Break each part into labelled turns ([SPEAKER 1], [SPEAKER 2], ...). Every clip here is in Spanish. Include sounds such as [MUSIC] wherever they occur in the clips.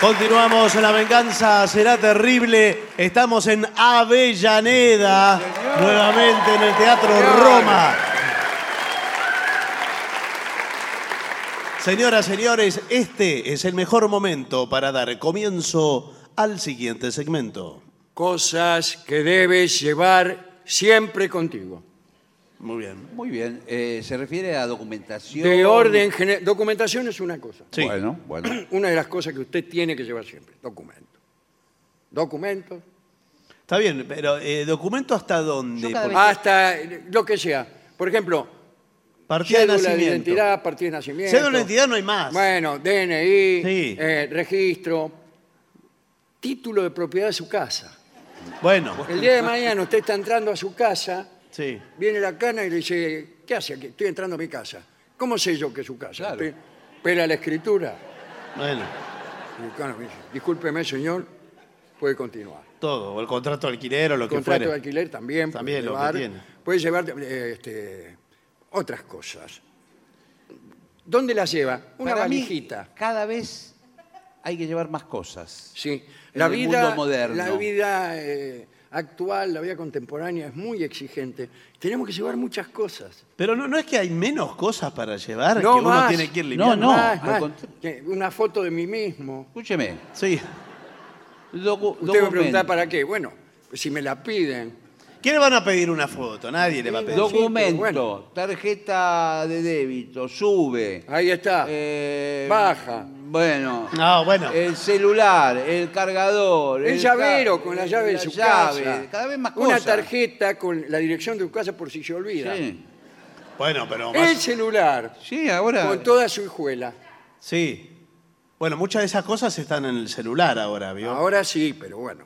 [SPEAKER 1] Continuamos en La Venganza Será Terrible. Estamos en Avellaneda, nuevamente en el Teatro Roma. Señoras, señores, este es el mejor momento para dar comienzo al siguiente segmento.
[SPEAKER 2] Cosas que debes llevar siempre contigo.
[SPEAKER 1] Muy bien.
[SPEAKER 3] Muy bien. eh, se refiere a documentación.
[SPEAKER 2] De orden general. Documentación es una cosa.
[SPEAKER 1] Sí.
[SPEAKER 3] Bueno, bueno.
[SPEAKER 2] Una de las cosas que usted tiene que llevar siempre. Documento. Documento.
[SPEAKER 1] Está bien, pero eh, documento hasta dónde?
[SPEAKER 4] Yo cada
[SPEAKER 1] Porque
[SPEAKER 2] Hasta eh, lo que sea. Por ejemplo,
[SPEAKER 1] Partida de
[SPEAKER 2] cédula de
[SPEAKER 1] nacimiento.
[SPEAKER 2] identidad, partida de nacimiento.
[SPEAKER 1] Cédula de identidad no hay más.
[SPEAKER 2] Bueno, DNI,
[SPEAKER 1] Sí.
[SPEAKER 2] eh, registro, título de propiedad de su casa.
[SPEAKER 1] Bueno,
[SPEAKER 2] El día de mañana usted está entrando a su casa,
[SPEAKER 1] sí.
[SPEAKER 2] viene la cana y le dice, ¿qué hace aquí? Estoy entrando a mi casa. ¿Cómo sé yo que es su casa?
[SPEAKER 3] Claro.
[SPEAKER 2] Pe- Pela la escritura.
[SPEAKER 1] Bueno,
[SPEAKER 2] Y el cana me dice, discúlpeme, señor, puede continuar.
[SPEAKER 1] todo. O el contrato de alquiler o lo que
[SPEAKER 2] Contrato
[SPEAKER 1] fuera.
[SPEAKER 2] de alquiler también. puede
[SPEAKER 1] También lo que
[SPEAKER 2] llevar,
[SPEAKER 1] tiene.
[SPEAKER 2] Puede llevar eh, este, otras cosas. ¿Dónde las lleva? [CLEARS THROAT] Una
[SPEAKER 3] Para mí,
[SPEAKER 2] valijita.
[SPEAKER 3] cada vez hay que llevar más cosas.
[SPEAKER 2] Sí,
[SPEAKER 3] En
[SPEAKER 2] la
[SPEAKER 3] el
[SPEAKER 2] vida,
[SPEAKER 3] mundo moderno.
[SPEAKER 2] La vida eh, actual, la vida contemporánea es muy exigente. Tenemos que llevar muchas cosas.
[SPEAKER 1] Pero no, no es que hay menos cosas para llevar
[SPEAKER 2] No
[SPEAKER 1] que uno
[SPEAKER 2] más.
[SPEAKER 1] tiene que ir
[SPEAKER 3] No,
[SPEAKER 1] limpiando.
[SPEAKER 3] no.
[SPEAKER 2] Más,
[SPEAKER 3] al
[SPEAKER 2] más.
[SPEAKER 3] contrario.
[SPEAKER 2] Que Una foto de mí mismo.
[SPEAKER 3] Escúcheme.
[SPEAKER 1] Sí.
[SPEAKER 3] docu-
[SPEAKER 2] Usted me
[SPEAKER 3] documen-
[SPEAKER 2] pregunta para qué. Bueno, pues si me la piden.
[SPEAKER 1] ¿Quién le van a pedir una foto? Nadie le va a pedir.
[SPEAKER 2] Doc-
[SPEAKER 3] Documento,
[SPEAKER 2] bueno.
[SPEAKER 3] tarjeta de débito, sube.
[SPEAKER 2] Ahí está.
[SPEAKER 3] eh,
[SPEAKER 2] Ah, Baja.
[SPEAKER 3] Bueno.
[SPEAKER 1] No, bueno.
[SPEAKER 3] El celular, el cargador.
[SPEAKER 2] El
[SPEAKER 3] ca-
[SPEAKER 2] llavero con la llave de su
[SPEAKER 3] llave,
[SPEAKER 2] casa.
[SPEAKER 3] Cada vez más cosas.
[SPEAKER 2] Una tarjeta con la dirección de su casa por si se olvida.
[SPEAKER 3] Sí,
[SPEAKER 1] Bueno, pero
[SPEAKER 2] El
[SPEAKER 1] más.
[SPEAKER 2] celular
[SPEAKER 3] sí ahora.
[SPEAKER 2] con toda su hijuela.
[SPEAKER 1] Sí. Bueno, muchas de esas cosas están en el celular ahora, ¿vio?
[SPEAKER 2] Ahora sí, pero bueno.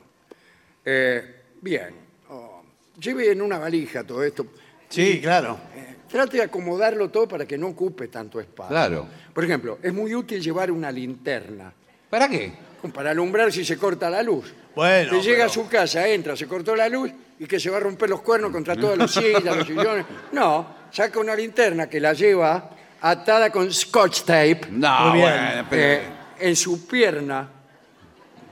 [SPEAKER 2] Eh, bien. Oh, lleve en una valija todo esto.
[SPEAKER 1] Sí, claro.
[SPEAKER 2] Eh, trate de acomodarlo todo para que no ocupe tanto espacio.
[SPEAKER 3] Claro.
[SPEAKER 2] Por ejemplo, es muy útil llevar una linterna
[SPEAKER 3] ¿Para qué?
[SPEAKER 2] como para alumbrar si se corta la luz.
[SPEAKER 1] Bueno,
[SPEAKER 2] Usted llega
[SPEAKER 1] pero-
[SPEAKER 2] a su casa, entra, se cortó la luz y que se va a romper los cuernos contra todas las sillas, los sillones. No, saca una linterna que la lleva atada con scotch tape
[SPEAKER 3] No,
[SPEAKER 1] Muy bien.
[SPEAKER 3] bueno,
[SPEAKER 2] eh,
[SPEAKER 3] pero-
[SPEAKER 2] en su pierna.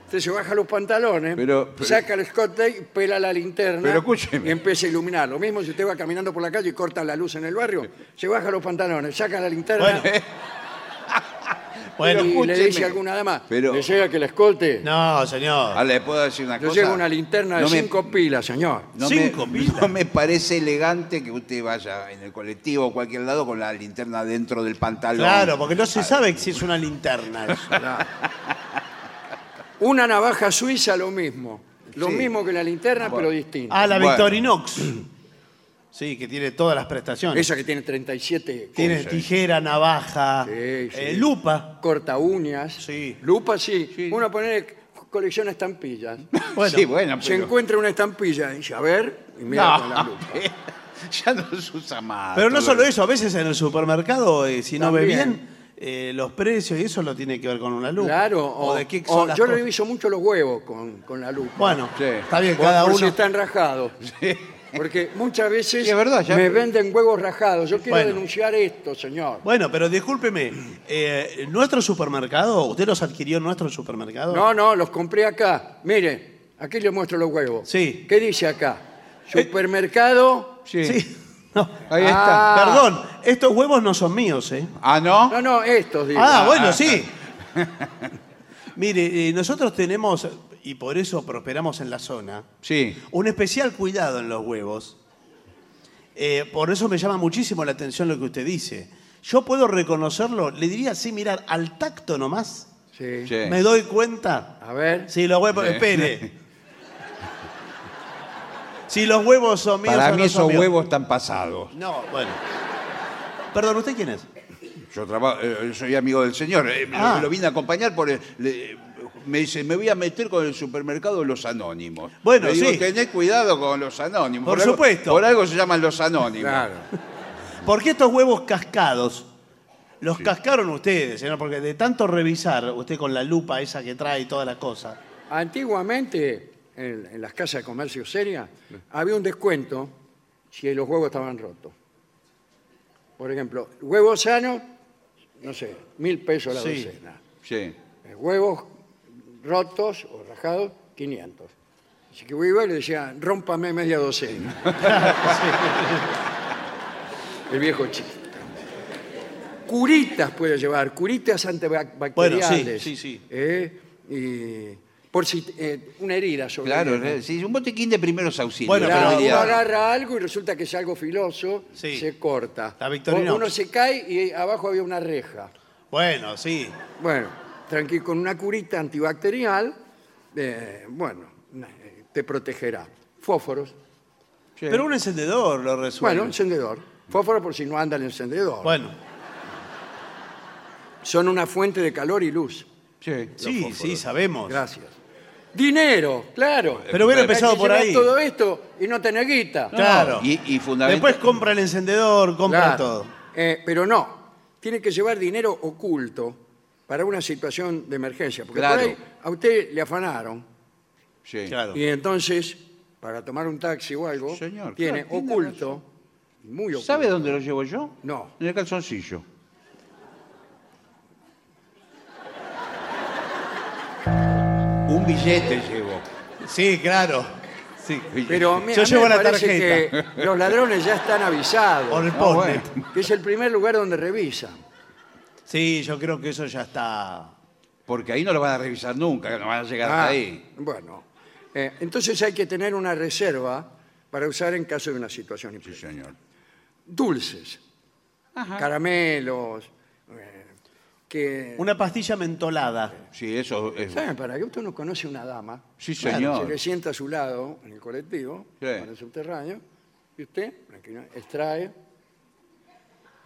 [SPEAKER 2] Usted se baja los pantalones,
[SPEAKER 3] Pero- pero-
[SPEAKER 2] saca el scotch tape, pela la linterna
[SPEAKER 3] Pero escúcheme.
[SPEAKER 2] y empieza a iluminar. Lo mismo si usted va caminando por la calle y corta la luz en el barrio, se baja los pantalones, saca la linterna
[SPEAKER 1] Bueno. [LAUGHS] Bueno.
[SPEAKER 2] y
[SPEAKER 3] Pero
[SPEAKER 2] le dice
[SPEAKER 3] escúcheme.
[SPEAKER 2] a alguna dama,
[SPEAKER 3] Pero-
[SPEAKER 2] ¿le llega que la escolte?
[SPEAKER 1] No, señor.
[SPEAKER 3] Ah, ¿Le puedo decir una
[SPEAKER 2] Yo
[SPEAKER 3] cosa?
[SPEAKER 2] llevo una linterna de
[SPEAKER 3] No me-
[SPEAKER 2] cinco pilas, señor.
[SPEAKER 3] No
[SPEAKER 1] Cinco
[SPEAKER 3] me,
[SPEAKER 1] pilas.
[SPEAKER 3] No me parece elegante que usted vaya en el colectivo o cualquier lado con la linterna dentro del pantalón. Ah,
[SPEAKER 1] Claro, porque no se sabe si es una linterna. eso.
[SPEAKER 2] Una navaja suiza, lo mismo. Lo
[SPEAKER 3] Sí.
[SPEAKER 2] mismo que la linterna,
[SPEAKER 3] Bueno.
[SPEAKER 2] pero distinto.
[SPEAKER 1] Ah, la
[SPEAKER 3] Bueno.
[SPEAKER 1] Victorinox. Sí, que tiene todas las prestaciones.
[SPEAKER 2] Esa que tiene 37
[SPEAKER 1] Tiene tijera, navaja,
[SPEAKER 2] Sí,
[SPEAKER 1] eh,
[SPEAKER 2] sí.
[SPEAKER 1] lupa.
[SPEAKER 2] corta uñas.
[SPEAKER 1] Sí.
[SPEAKER 2] Lupa, sí. Uno pone
[SPEAKER 1] [LAUGHS]
[SPEAKER 2] colecciona estampillas.
[SPEAKER 1] Bueno,
[SPEAKER 3] sí, [LAUGHS] bueno,
[SPEAKER 2] Se
[SPEAKER 3] pero
[SPEAKER 2] encuentra una estampilla y dice, a ver, y mira
[SPEAKER 3] No.
[SPEAKER 2] con la lupa.
[SPEAKER 3] ya no se usa más.
[SPEAKER 1] Pero no
[SPEAKER 3] Todo
[SPEAKER 1] solo eso, a veces en el supermercado, eh, si no ve
[SPEAKER 2] También.
[SPEAKER 1] bien, eh, los precios y eso lo tiene que ver con una lupa.
[SPEAKER 2] Claro,
[SPEAKER 1] o,
[SPEAKER 2] o,
[SPEAKER 1] de qué
[SPEAKER 2] o
[SPEAKER 1] son las
[SPEAKER 2] yo
[SPEAKER 1] cosas.
[SPEAKER 2] reviso mucho los huevos con, con la lupa.
[SPEAKER 1] Bueno,
[SPEAKER 3] Sí.
[SPEAKER 1] está bien,
[SPEAKER 2] Por-
[SPEAKER 1] cada
[SPEAKER 2] por
[SPEAKER 1] uno.
[SPEAKER 2] si
[SPEAKER 1] [LAUGHS]
[SPEAKER 2] están rajados. Porque muchas veces
[SPEAKER 3] Sí, es verdad, ya-
[SPEAKER 2] me venden huevos rajados. Yo quiero
[SPEAKER 1] Bueno.
[SPEAKER 2] denunciar esto, señor.
[SPEAKER 1] Bueno, pero discúlpeme, eh, ¿nuestro supermercado, usted los adquirió en nuestro supermercado?
[SPEAKER 2] No, no, los compré acá. Mire, aquí le muestro los huevos.
[SPEAKER 1] Sí. Eh.
[SPEAKER 2] ¿Qué dice acá? Supermercado.
[SPEAKER 3] Sí.
[SPEAKER 1] Sí, [LAUGHS] no.
[SPEAKER 3] Ahí
[SPEAKER 2] Ah.
[SPEAKER 3] está.
[SPEAKER 1] Perdón, estos huevos no son míos, ¿eh?
[SPEAKER 3] Ah, ¿no?
[SPEAKER 2] No, no, estos digo.
[SPEAKER 1] Ah, bueno, sí. Mire, eh, nosotros tenemos, y por eso prosperamos en la zona,
[SPEAKER 3] Sí.
[SPEAKER 1] un especial cuidado en los huevos. Eh, por eso me llama muchísimo la atención lo que usted dice. Yo puedo reconocerlo, le diría así, mirar, al tacto nomás,
[SPEAKER 2] Sí.
[SPEAKER 3] Sí.
[SPEAKER 1] me doy cuenta.
[SPEAKER 2] A ver.
[SPEAKER 1] Si los huevos,
[SPEAKER 3] Sí. [LAUGHS]
[SPEAKER 1] espere. Si los huevos son míos
[SPEAKER 3] Para
[SPEAKER 1] o
[SPEAKER 3] mí
[SPEAKER 1] no son
[SPEAKER 3] esos
[SPEAKER 1] míos.
[SPEAKER 3] huevos están pasados.
[SPEAKER 1] No, bueno. Perdón, ¿usted quién es?
[SPEAKER 3] Yo trabajo, eh, yo soy amigo del señor. eh, me lo-
[SPEAKER 1] Ah.
[SPEAKER 3] me lo vine a acompañar por el- le- me dice, me voy a meter con el supermercado de los anónimos.
[SPEAKER 1] Bueno,
[SPEAKER 3] Le digo,
[SPEAKER 1] sí.
[SPEAKER 3] Tenés cuidado con los anónimos.
[SPEAKER 1] Por
[SPEAKER 3] algo-
[SPEAKER 1] supuesto.
[SPEAKER 3] por algo se llaman los anónimos.
[SPEAKER 2] Claro.
[SPEAKER 1] Porque estos huevos cascados los cascaron ustedes, señor, porque de tanto revisar usted con la lupa esa que trae y toda la cosa.
[SPEAKER 2] Antiguamente, en, en las casas de comercio serias, había un descuento si los huevos estaban rotos. Por ejemplo, huevos sanos, no sé, mil pesos la
[SPEAKER 1] Sí.
[SPEAKER 2] docena.
[SPEAKER 3] Sí.
[SPEAKER 2] Eh, Huevos rotos o rajados, 500. Así que yo iba y le decía, rómpame media docena. [LAUGHS] El viejo chiste. Curitas puede llevar, curitas
[SPEAKER 1] Bueno,
[SPEAKER 2] antibacteriales.
[SPEAKER 1] sí, sí, sí.
[SPEAKER 2] ¿eh? Y por si eh, una herida sobre
[SPEAKER 3] Claro,
[SPEAKER 2] ¿no?
[SPEAKER 3] ¿eh? sí, un botiquín de primeros auxilios.
[SPEAKER 1] Bueno,
[SPEAKER 2] Claro,
[SPEAKER 1] pero-
[SPEAKER 2] uno
[SPEAKER 3] diría-
[SPEAKER 2] agarra algo y resulta que es algo filoso,
[SPEAKER 1] Sí.
[SPEAKER 2] se corta.
[SPEAKER 1] La Victorinox.
[SPEAKER 2] Uno se cae y abajo había una reja.
[SPEAKER 1] Bueno, sí.
[SPEAKER 2] Bueno, tranquilo, con una curita antibacterial, eh, bueno, na- eh, te protegerá. Fósforos. Sí.
[SPEAKER 1] Pero un encendedor lo resuelve.
[SPEAKER 2] Bueno, encendedor. Fósforos por si no anda el encendedor.
[SPEAKER 1] Bueno,
[SPEAKER 2] Son una fuente de calor y luz.
[SPEAKER 3] Sí.
[SPEAKER 1] sí, sí, sabemos.
[SPEAKER 2] Gracias. Dinero, claro.
[SPEAKER 1] Pero hubiera
[SPEAKER 2] Hay que
[SPEAKER 1] empezado por
[SPEAKER 2] llenar
[SPEAKER 1] ahí.
[SPEAKER 2] todo esto y no tener guita.
[SPEAKER 1] Claro.
[SPEAKER 3] Y, y fundamenta-
[SPEAKER 1] Después compra el encendedor, compra
[SPEAKER 2] Claro.
[SPEAKER 1] todo.
[SPEAKER 2] Eh, pero no, tiene que llevar dinero oculto para una situación de emergencia. Porque
[SPEAKER 3] Claro.
[SPEAKER 2] por ahí a usted le afanaron
[SPEAKER 3] Sí.
[SPEAKER 1] Claro.
[SPEAKER 2] y entonces, para tomar un taxi o algo,
[SPEAKER 3] Señor,
[SPEAKER 2] tiene
[SPEAKER 3] claro, tiene
[SPEAKER 2] oculto, muy oculto.
[SPEAKER 3] ¿Sabe dónde lo llevo yo?
[SPEAKER 2] No.
[SPEAKER 3] En el calzoncillo. Un billete llevo.
[SPEAKER 1] Sí, claro. Sí.
[SPEAKER 2] Pero me-
[SPEAKER 1] Yo
[SPEAKER 2] a mí
[SPEAKER 1] llevo
[SPEAKER 2] me
[SPEAKER 1] la
[SPEAKER 2] parece
[SPEAKER 1] tarjeta.
[SPEAKER 2] que los ladrones ya están
[SPEAKER 1] Por
[SPEAKER 2] avisados,
[SPEAKER 1] el postnet.
[SPEAKER 3] Ah, bueno.
[SPEAKER 2] que es el primer lugar donde revisan.
[SPEAKER 1] Sí, yo creo que eso ya está.
[SPEAKER 3] Porque ahí no lo van a revisar nunca, no van a llegar hasta
[SPEAKER 2] Ah,
[SPEAKER 3] ahí.
[SPEAKER 2] Bueno, Eh, entonces hay que tener una reserva para usar en caso de una situación
[SPEAKER 3] Sí,
[SPEAKER 2] imprevista.
[SPEAKER 3] señor.
[SPEAKER 2] Dulces, caramelos, eh, que...
[SPEAKER 1] Una pastilla mentolada.
[SPEAKER 3] Sí, eso es.
[SPEAKER 2] ¿Saben para qué? Usted no conoce una dama.
[SPEAKER 3] Sí,
[SPEAKER 2] Claro,
[SPEAKER 3] señor.
[SPEAKER 2] se le sienta a su lado en el colectivo,
[SPEAKER 3] Sí.
[SPEAKER 2] en el subterráneo, y usted, tranquilo, extrae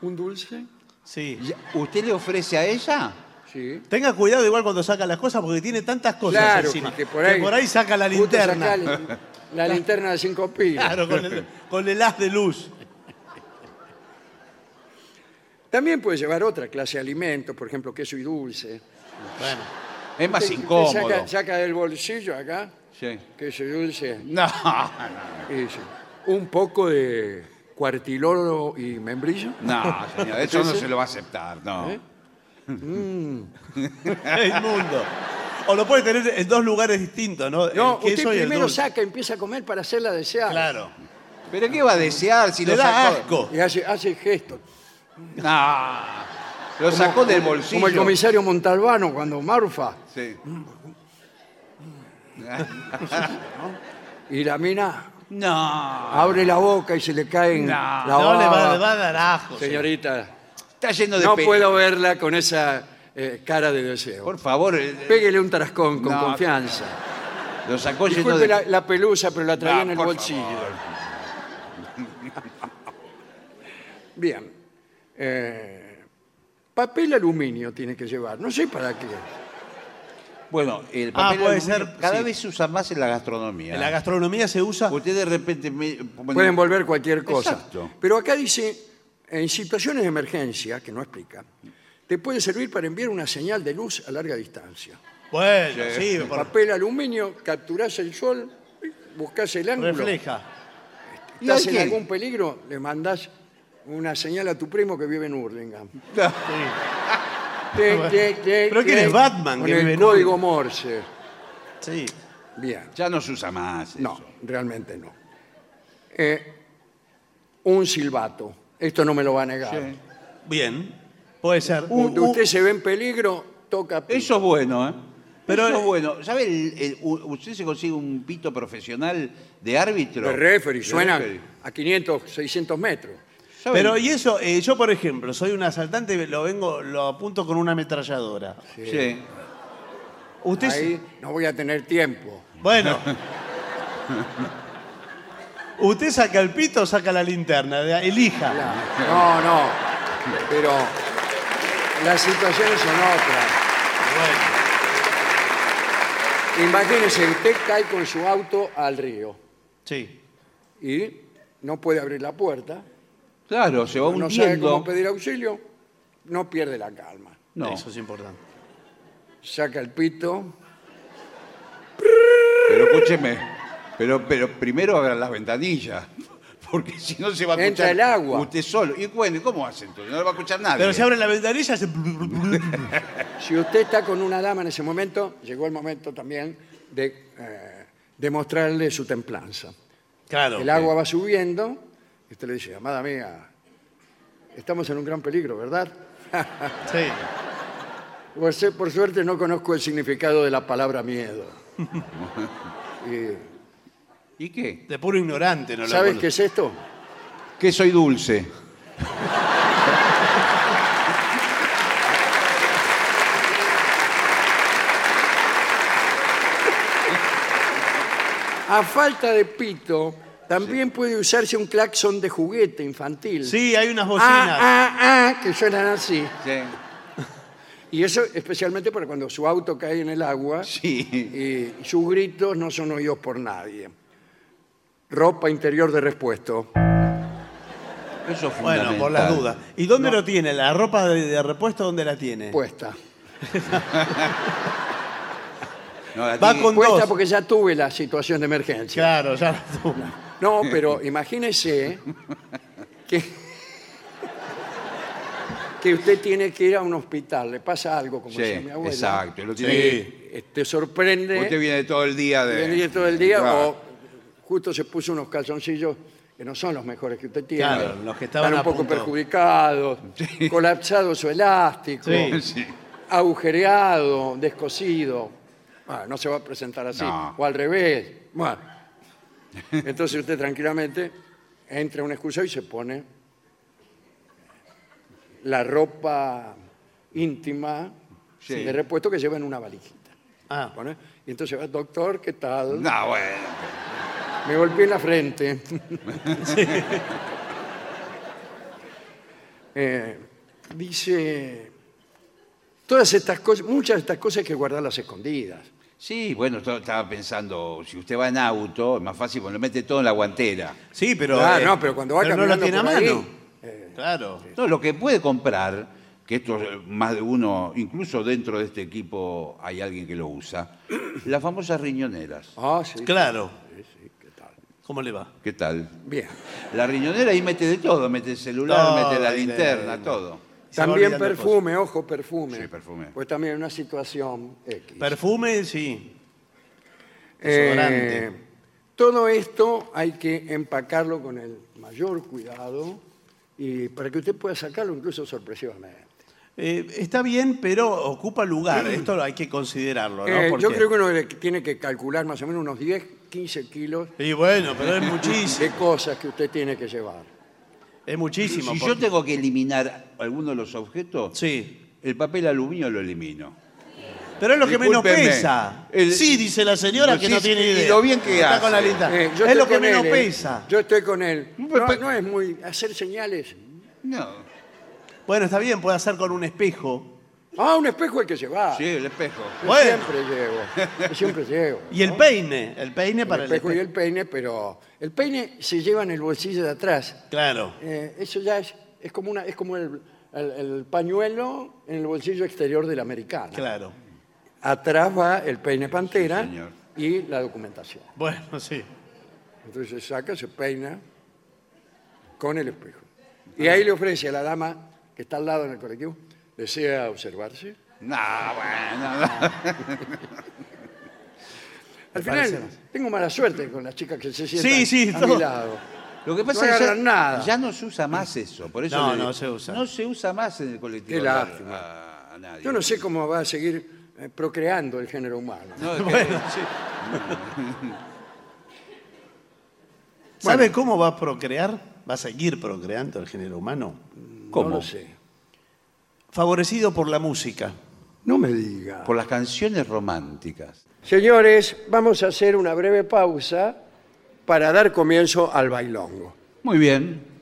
[SPEAKER 2] un dulce,
[SPEAKER 1] Sí.
[SPEAKER 3] Ya- ¿Usted le ofrece a ella?
[SPEAKER 2] sí.
[SPEAKER 1] Tenga cuidado igual cuando saca las cosas porque tiene tantas cosas
[SPEAKER 2] Claro,
[SPEAKER 1] encima.
[SPEAKER 2] que por ahí,
[SPEAKER 1] saca la
[SPEAKER 2] justo
[SPEAKER 1] linterna.
[SPEAKER 2] saca la, la linterna de cinco pilas.
[SPEAKER 1] Claro, con el, con el haz de luz.
[SPEAKER 2] También puede llevar otra clase de alimentos, por ejemplo, queso y dulce.
[SPEAKER 1] Bueno.
[SPEAKER 3] Es más
[SPEAKER 2] Usted- usted
[SPEAKER 3] incómodo.
[SPEAKER 2] Saca, saca del bolsillo acá,
[SPEAKER 3] Sí.
[SPEAKER 2] queso y dulce,
[SPEAKER 3] No, no,
[SPEAKER 2] y dice, un poco de cuartiloro y membrillo.
[SPEAKER 3] no, señor, eso no
[SPEAKER 2] Entonces-
[SPEAKER 3] se lo va a aceptar, no.
[SPEAKER 2] ¿Eh?
[SPEAKER 1] Es inmundo. O lo puede tener en dos lugares distintos, ¿no?
[SPEAKER 2] No,
[SPEAKER 1] El queso y
[SPEAKER 2] usted
[SPEAKER 1] el
[SPEAKER 2] primero
[SPEAKER 1] dulce.
[SPEAKER 2] saca, empieza a comer para hacerla desear.
[SPEAKER 1] Claro.
[SPEAKER 3] ¿Pero qué va a desear si
[SPEAKER 1] Le
[SPEAKER 3] lo
[SPEAKER 1] da
[SPEAKER 3] sacó?
[SPEAKER 1] asco.
[SPEAKER 2] Y hace, hace gestos.
[SPEAKER 3] No, lo sacó del bolsillo.
[SPEAKER 2] Como el comisario Montalbano cuando marfa
[SPEAKER 3] Sí.
[SPEAKER 2] y la mina
[SPEAKER 3] No,
[SPEAKER 2] abre la boca y se le caen
[SPEAKER 3] No,
[SPEAKER 2] la
[SPEAKER 1] No, le va,
[SPEAKER 2] baba.
[SPEAKER 1] le va a dar ajo.
[SPEAKER 2] Señorita,
[SPEAKER 3] está lleno de
[SPEAKER 2] no
[SPEAKER 3] pe-
[SPEAKER 2] puedo verla con esa eh, cara de deseo.
[SPEAKER 3] Por favor, eh,
[SPEAKER 2] Péguele un trascón con
[SPEAKER 3] No.
[SPEAKER 2] confianza.
[SPEAKER 3] lo sacó lleno
[SPEAKER 2] Disculpe
[SPEAKER 3] de.
[SPEAKER 2] la, la pelusa, pero la traía
[SPEAKER 3] No,
[SPEAKER 2] en el
[SPEAKER 3] por
[SPEAKER 2] bolsillo.
[SPEAKER 3] favor.
[SPEAKER 2] Bien. Eh, papel aluminio tiene que llevar. No sé para qué.
[SPEAKER 3] Bueno, el
[SPEAKER 1] Ah,
[SPEAKER 3] papel
[SPEAKER 1] puede
[SPEAKER 3] aluminio
[SPEAKER 1] ser,
[SPEAKER 3] cada
[SPEAKER 1] sí.
[SPEAKER 3] vez se usa más en la gastronomía.
[SPEAKER 1] En la gastronomía se usa.
[SPEAKER 3] Usted de repente me-
[SPEAKER 2] Pueden volver cualquier cosa.
[SPEAKER 3] Exacto.
[SPEAKER 2] Pero acá dice, en situaciones de emergencia, que no explica, te puede servir para enviar una señal de luz a larga distancia.
[SPEAKER 1] Bueno, sí, por-
[SPEAKER 2] Papel aluminio, capturás el sol, buscás el ángulo,
[SPEAKER 1] refleja.
[SPEAKER 3] ¿Y hay
[SPEAKER 2] estás en
[SPEAKER 3] que-
[SPEAKER 2] algún peligro, le mandás una señal a tu primo que vive en Hurlingham.
[SPEAKER 1] [LAUGHS]
[SPEAKER 2] Tic, tic, tic,
[SPEAKER 1] Pero ¿quién
[SPEAKER 2] tic,
[SPEAKER 1] es Batman
[SPEAKER 2] Con
[SPEAKER 1] que vive
[SPEAKER 2] el
[SPEAKER 1] en
[SPEAKER 2] código Morse.
[SPEAKER 1] Sí.
[SPEAKER 2] Bien.
[SPEAKER 3] Ya no se usa más. eso.
[SPEAKER 2] No, realmente no. Eh, un silbato. Esto no me lo va a negar.
[SPEAKER 3] Sí.
[SPEAKER 1] Bien. Puede ser.
[SPEAKER 2] Cuando
[SPEAKER 1] Uh, uh,
[SPEAKER 2] usted se ve en peligro, toca pito.
[SPEAKER 3] Eso es bueno, ¿eh?
[SPEAKER 1] Pero-
[SPEAKER 3] Eso es bueno. ¿Sabe? el- el- u- usted se consigue un pito profesional de árbitro.
[SPEAKER 2] Los referee
[SPEAKER 3] De
[SPEAKER 2] suenan
[SPEAKER 3] referee.
[SPEAKER 2] a 500, 600 metros.
[SPEAKER 3] ¿Sabe?
[SPEAKER 1] Pero, y eso, eh, yo por ejemplo, soy un asaltante, lo vengo, lo apunto con una ametralladora.
[SPEAKER 3] Sí.
[SPEAKER 1] Usted. se-
[SPEAKER 2] Ahí no voy a tener tiempo.
[SPEAKER 1] Bueno. Usted saca el pito o saca la linterna, de- elija.
[SPEAKER 2] La- No, no. Pero las situaciones son otras.
[SPEAKER 1] Bueno,
[SPEAKER 2] Imagínese, usted cae con su auto al río
[SPEAKER 1] sí.
[SPEAKER 2] y no puede abrir la puerta,
[SPEAKER 3] Claro, se va
[SPEAKER 2] no sabe
[SPEAKER 3] hundiendo.
[SPEAKER 2] cómo pedir auxilio, no pierde la calma.
[SPEAKER 3] No.
[SPEAKER 1] Eso es importante.
[SPEAKER 2] Saca el pito,
[SPEAKER 3] Pero escúcheme. Pero, pero primero abran las ventanillas. [LAUGHS] Porque si no se va a
[SPEAKER 2] Entra
[SPEAKER 3] escuchar
[SPEAKER 2] el agua.
[SPEAKER 3] usted solo. Y bueno, ¿y ¿cómo hace entonces? No le va a escuchar nadie.
[SPEAKER 1] Pero se abre la ventanilla, hace...
[SPEAKER 2] Si usted está con una dama en ese momento, llegó el momento también de eh, demostrarle su templanza.
[SPEAKER 1] Claro.
[SPEAKER 2] El agua va subiendo y usted le dice, amada mía, estamos en un gran peligro, ¿verdad? [LAUGHS]
[SPEAKER 1] Sí.
[SPEAKER 2] Por su- por suerte no conozco el significado de la palabra miedo. Y,
[SPEAKER 3] ¿Y qué?
[SPEAKER 1] De puro ignorante, no lo
[SPEAKER 2] ¿Sabes
[SPEAKER 1] conoce.
[SPEAKER 2] qué es esto?
[SPEAKER 3] Que soy dulce.
[SPEAKER 2] A falta de pito, también puede usarse un claxon de juguete infantil.
[SPEAKER 1] Sí, hay unas bocinas.
[SPEAKER 2] Ah, ah, ah, que suenan así.
[SPEAKER 3] Sí.
[SPEAKER 2] Y eso especialmente para cuando su auto cae en el agua [LAUGHS]
[SPEAKER 3] Sí.
[SPEAKER 2] y sus gritos no son oídos por nadie. Ropa interior de repuesto.
[SPEAKER 3] Eso
[SPEAKER 2] ah.
[SPEAKER 3] es
[SPEAKER 1] Bueno, por las
[SPEAKER 3] fundamental.
[SPEAKER 1] dudas. ¿Y dónde lo tiene? ¿La ropa de, de repuesto dónde la tiene?
[SPEAKER 2] Puesta.
[SPEAKER 3] No, la
[SPEAKER 1] Va
[SPEAKER 3] tiene-
[SPEAKER 1] con
[SPEAKER 2] Puesta
[SPEAKER 1] dos.
[SPEAKER 2] porque ya tuve la situación de emergencia.
[SPEAKER 1] Claro, ya la tuvo.
[SPEAKER 2] No, pero imagínese que, que usted tiene que ir a un hospital, le pasa algo, como
[SPEAKER 3] Sí,
[SPEAKER 2] decía mi abuela.
[SPEAKER 3] exacto. Lo tiene que-
[SPEAKER 2] Eh, Te sorprende,
[SPEAKER 3] Usted viene todo el día de. Ah,
[SPEAKER 2] viene todo el día
[SPEAKER 3] Claro.
[SPEAKER 2] o justo se puso unos calzoncillos que no son los mejores que usted tiene.
[SPEAKER 1] Claro, los que estaban
[SPEAKER 2] Están un
[SPEAKER 1] a
[SPEAKER 2] poco
[SPEAKER 1] punto.
[SPEAKER 2] perjudicados, colapsado su elástico,
[SPEAKER 1] Sí.
[SPEAKER 3] [LAUGHS] Sí.
[SPEAKER 2] agujereado, descosido. Ah, no se va a presentar así.
[SPEAKER 3] No.
[SPEAKER 2] O al revés. Bueno. Entonces usted tranquilamente entra a una excusa y se pone la ropa íntima
[SPEAKER 3] Sí.
[SPEAKER 2] de repuesto que lleva en una valijita.
[SPEAKER 1] Ah,
[SPEAKER 2] Pone, Y entonces va, doctor, ¿qué tal?
[SPEAKER 3] No, bueno.
[SPEAKER 2] Me golpeé en la [LAUGHS] frente. Eh, dice, todas estas cosas, muchas de estas cosas hay que guardarlas escondidas.
[SPEAKER 3] Sí, bueno, yo estaba pensando, si usted va en auto, es más fácil, porque lo mete todo en la guantera.
[SPEAKER 1] sí, pero.
[SPEAKER 2] Ah,
[SPEAKER 1] eh,
[SPEAKER 2] no, pero cuando va
[SPEAKER 1] no la
[SPEAKER 2] caminando
[SPEAKER 1] tiene a
[SPEAKER 2] por ahí, eh.
[SPEAKER 1] mano. claro.
[SPEAKER 3] No, lo que puede comprar, que esto eh, más de uno, incluso dentro de este equipo hay alguien que lo usa, [CLEARS THROAT] las famosas riñoneras.
[SPEAKER 2] Ah, sí.
[SPEAKER 1] Claro. ¿Cómo le va?
[SPEAKER 3] ¿Qué tal?
[SPEAKER 2] Bien.
[SPEAKER 3] La riñonera ahí mete de todo, mete el celular,
[SPEAKER 1] Todo,
[SPEAKER 3] mete la
[SPEAKER 1] ahí,
[SPEAKER 3] linterna,
[SPEAKER 1] ahí, ahí.
[SPEAKER 3] todo.
[SPEAKER 1] Se va
[SPEAKER 2] También
[SPEAKER 1] olvidando
[SPEAKER 2] perfume, ojo, perfume.
[SPEAKER 3] Sí, perfume.
[SPEAKER 2] Pues también una situación X.
[SPEAKER 1] Perfume, sí.
[SPEAKER 2] Eh,
[SPEAKER 1] Desodorante.
[SPEAKER 2] todo esto hay que empacarlo con el mayor cuidado y para que usted pueda sacarlo incluso sorpresivamente.
[SPEAKER 1] Eh, está bien, pero ocupa lugar. Esto hay que considerarlo, ¿no?
[SPEAKER 2] Mm. Eh, yo
[SPEAKER 1] Porque-
[SPEAKER 2] creo que uno le- tiene que calcular más o menos unos 10, 15 kilos
[SPEAKER 1] Y bueno, pero es muchísimo.
[SPEAKER 2] de cosas que usted tiene que llevar.
[SPEAKER 1] Es muchísimo.
[SPEAKER 3] Si yo
[SPEAKER 1] porque-
[SPEAKER 3] tengo que eliminar alguno de los objetos,
[SPEAKER 1] Sí.
[SPEAKER 3] el papel aluminio lo elimino.
[SPEAKER 1] Pero es lo que menos
[SPEAKER 3] Discúlpeme.
[SPEAKER 1] pesa.
[SPEAKER 3] El-
[SPEAKER 1] sí, dice la señora
[SPEAKER 3] Pues
[SPEAKER 1] que
[SPEAKER 3] sí,
[SPEAKER 1] no tiene
[SPEAKER 3] y
[SPEAKER 1] idea.
[SPEAKER 3] lo bien que
[SPEAKER 1] Está
[SPEAKER 3] hace.
[SPEAKER 1] con la linterna.
[SPEAKER 2] Eh, yo
[SPEAKER 1] es
[SPEAKER 2] estoy
[SPEAKER 1] lo que
[SPEAKER 2] con
[SPEAKER 1] menos
[SPEAKER 2] él, eh.
[SPEAKER 1] pesa.
[SPEAKER 2] Yo estoy con él. No,
[SPEAKER 3] pe-
[SPEAKER 2] no es muy... Hacer señales.
[SPEAKER 3] No.
[SPEAKER 1] Bueno, está bien, puede hacer con un espejo.
[SPEAKER 2] Ah, un espejo hay que llevar.
[SPEAKER 3] Sí, el espejo.
[SPEAKER 2] Yo
[SPEAKER 1] Bueno.
[SPEAKER 2] siempre llevo. Yo siempre llevo.
[SPEAKER 1] [LAUGHS] Y el peine. El peine
[SPEAKER 2] El
[SPEAKER 1] para el
[SPEAKER 2] espejo y
[SPEAKER 1] espejo.
[SPEAKER 2] el peine, pero el peine se lleva en el bolsillo de atrás.
[SPEAKER 1] Claro.
[SPEAKER 2] Eh, eso ya es, es como, una, es como el, el- el pañuelo en el bolsillo exterior del americano.
[SPEAKER 1] Claro.
[SPEAKER 2] Atrás va el peine pantera
[SPEAKER 3] Sí, señor.
[SPEAKER 2] y la documentación.
[SPEAKER 1] Bueno, sí.
[SPEAKER 2] Entonces se saca, se peina con el espejo. Y ahí le ofrece a la dama que está al lado en el colectivo, desea observarse.
[SPEAKER 3] No, bueno. no.
[SPEAKER 2] Al
[SPEAKER 1] parece
[SPEAKER 2] final,
[SPEAKER 1] más.
[SPEAKER 2] tengo mala suerte con las chicas que se sientan
[SPEAKER 1] Sí, sí,
[SPEAKER 2] a mi
[SPEAKER 1] todo.
[SPEAKER 2] lado.
[SPEAKER 3] Lo que pasa
[SPEAKER 2] No
[SPEAKER 3] es que ya,
[SPEAKER 2] agarran nada.
[SPEAKER 3] ya no se usa más eso. Por eso
[SPEAKER 1] No,
[SPEAKER 3] le-
[SPEAKER 1] no se usa.
[SPEAKER 3] No se usa más en el colectivo.
[SPEAKER 2] Qué
[SPEAKER 3] a-
[SPEAKER 2] lástima.
[SPEAKER 3] A, a nadie.
[SPEAKER 2] Yo no sé cómo va a seguir eh, procreando el género humano.
[SPEAKER 3] No, es que-
[SPEAKER 1] Bueno, sí. ¿Sabe cómo va a procrear? ¿Va a seguir procreando el género humano?
[SPEAKER 3] ¿Cómo?
[SPEAKER 2] No lo sé.
[SPEAKER 1] Favorecido por la música.
[SPEAKER 2] No me diga.
[SPEAKER 3] Por las canciones románticas.
[SPEAKER 2] Señores, vamos a hacer una breve pausa para dar comienzo al bailongo.
[SPEAKER 3] Muy bien.